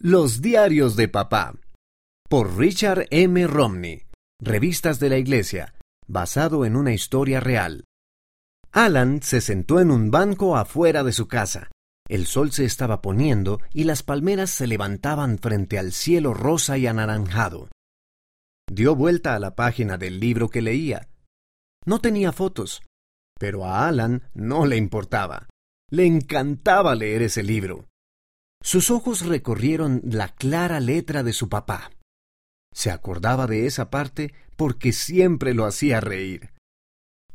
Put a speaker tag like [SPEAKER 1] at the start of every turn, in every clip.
[SPEAKER 1] Los diarios de papá. Por Richard M. Romney. Revistas de la Iglesia. Basado en una historia real. Alan se sentó en un banco afuera de su casa. El sol se estaba poniendo y las palmeras se levantaban frente al cielo rosa y anaranjado. Dio vuelta a la página del libro que leía. No tenía fotos, pero a Alan no le importaba. Le encantaba leer ese libro. Sus ojos recorrieron la clara letra de su papá. Se acordaba de esa parte porque siempre lo hacía reír.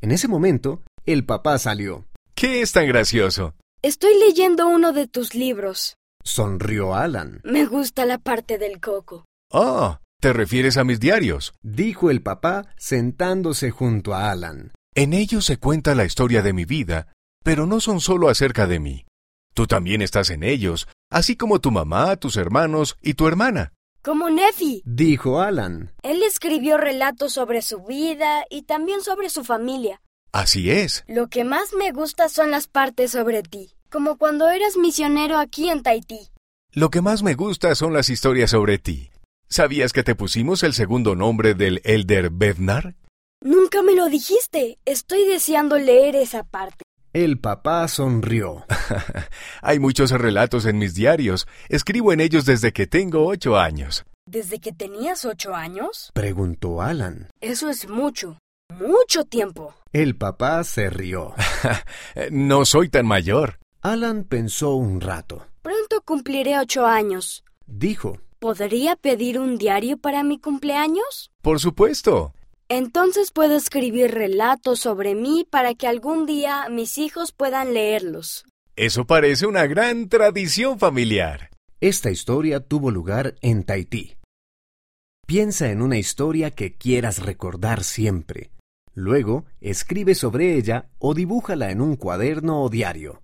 [SPEAKER 1] En ese momento, el papá salió.
[SPEAKER 2] ¿Qué es tan gracioso?
[SPEAKER 3] Estoy leyendo uno de tus libros.
[SPEAKER 1] Sonrió Alan.
[SPEAKER 3] Me gusta la parte del coco.
[SPEAKER 2] Oh, ¿te refieres a mis diarios?
[SPEAKER 1] Dijo el papá sentándose junto a Alan.
[SPEAKER 2] En ellos se cuenta la historia de mi vida, pero no son solo acerca de mí. Tú también estás en ellos, así como tu mamá, tus hermanos y tu hermana.
[SPEAKER 3] Como Nefi.
[SPEAKER 1] Dijo Alan.
[SPEAKER 3] Él escribió relatos sobre su vida y también sobre su familia.
[SPEAKER 2] Así es.
[SPEAKER 3] Lo que más me gusta son las partes sobre ti, como cuando eras misionero aquí en Tahití.
[SPEAKER 2] Lo que más me gusta son las historias sobre ti. ¿Sabías que te pusimos el segundo nombre del elder Bednar?
[SPEAKER 3] Nunca me lo dijiste. Estoy deseando leer esa parte.
[SPEAKER 1] El papá sonrió.
[SPEAKER 2] Hay muchos relatos en mis diarios. Escribo en ellos desde que tengo ocho años.
[SPEAKER 3] ¿Desde que tenías ocho años?
[SPEAKER 1] Preguntó Alan.
[SPEAKER 3] Eso es mucho, mucho tiempo.
[SPEAKER 1] El papá se rió.
[SPEAKER 2] Eh, no soy tan mayor.
[SPEAKER 1] Alan pensó un rato.
[SPEAKER 3] Pronto cumpliré ocho años.
[SPEAKER 1] Dijo.
[SPEAKER 3] ¿Podría pedir un diario para mi cumpleaños?
[SPEAKER 2] Por supuesto.
[SPEAKER 3] Entonces puedo escribir relatos sobre mí para que algún día mis hijos puedan leerlos.
[SPEAKER 2] Eso parece una gran tradición familiar.
[SPEAKER 1] Esta historia tuvo lugar en Tahití. Piensa en una historia que quieras recordar siempre. Luego, escribe sobre ella o dibújala en un cuaderno o diario.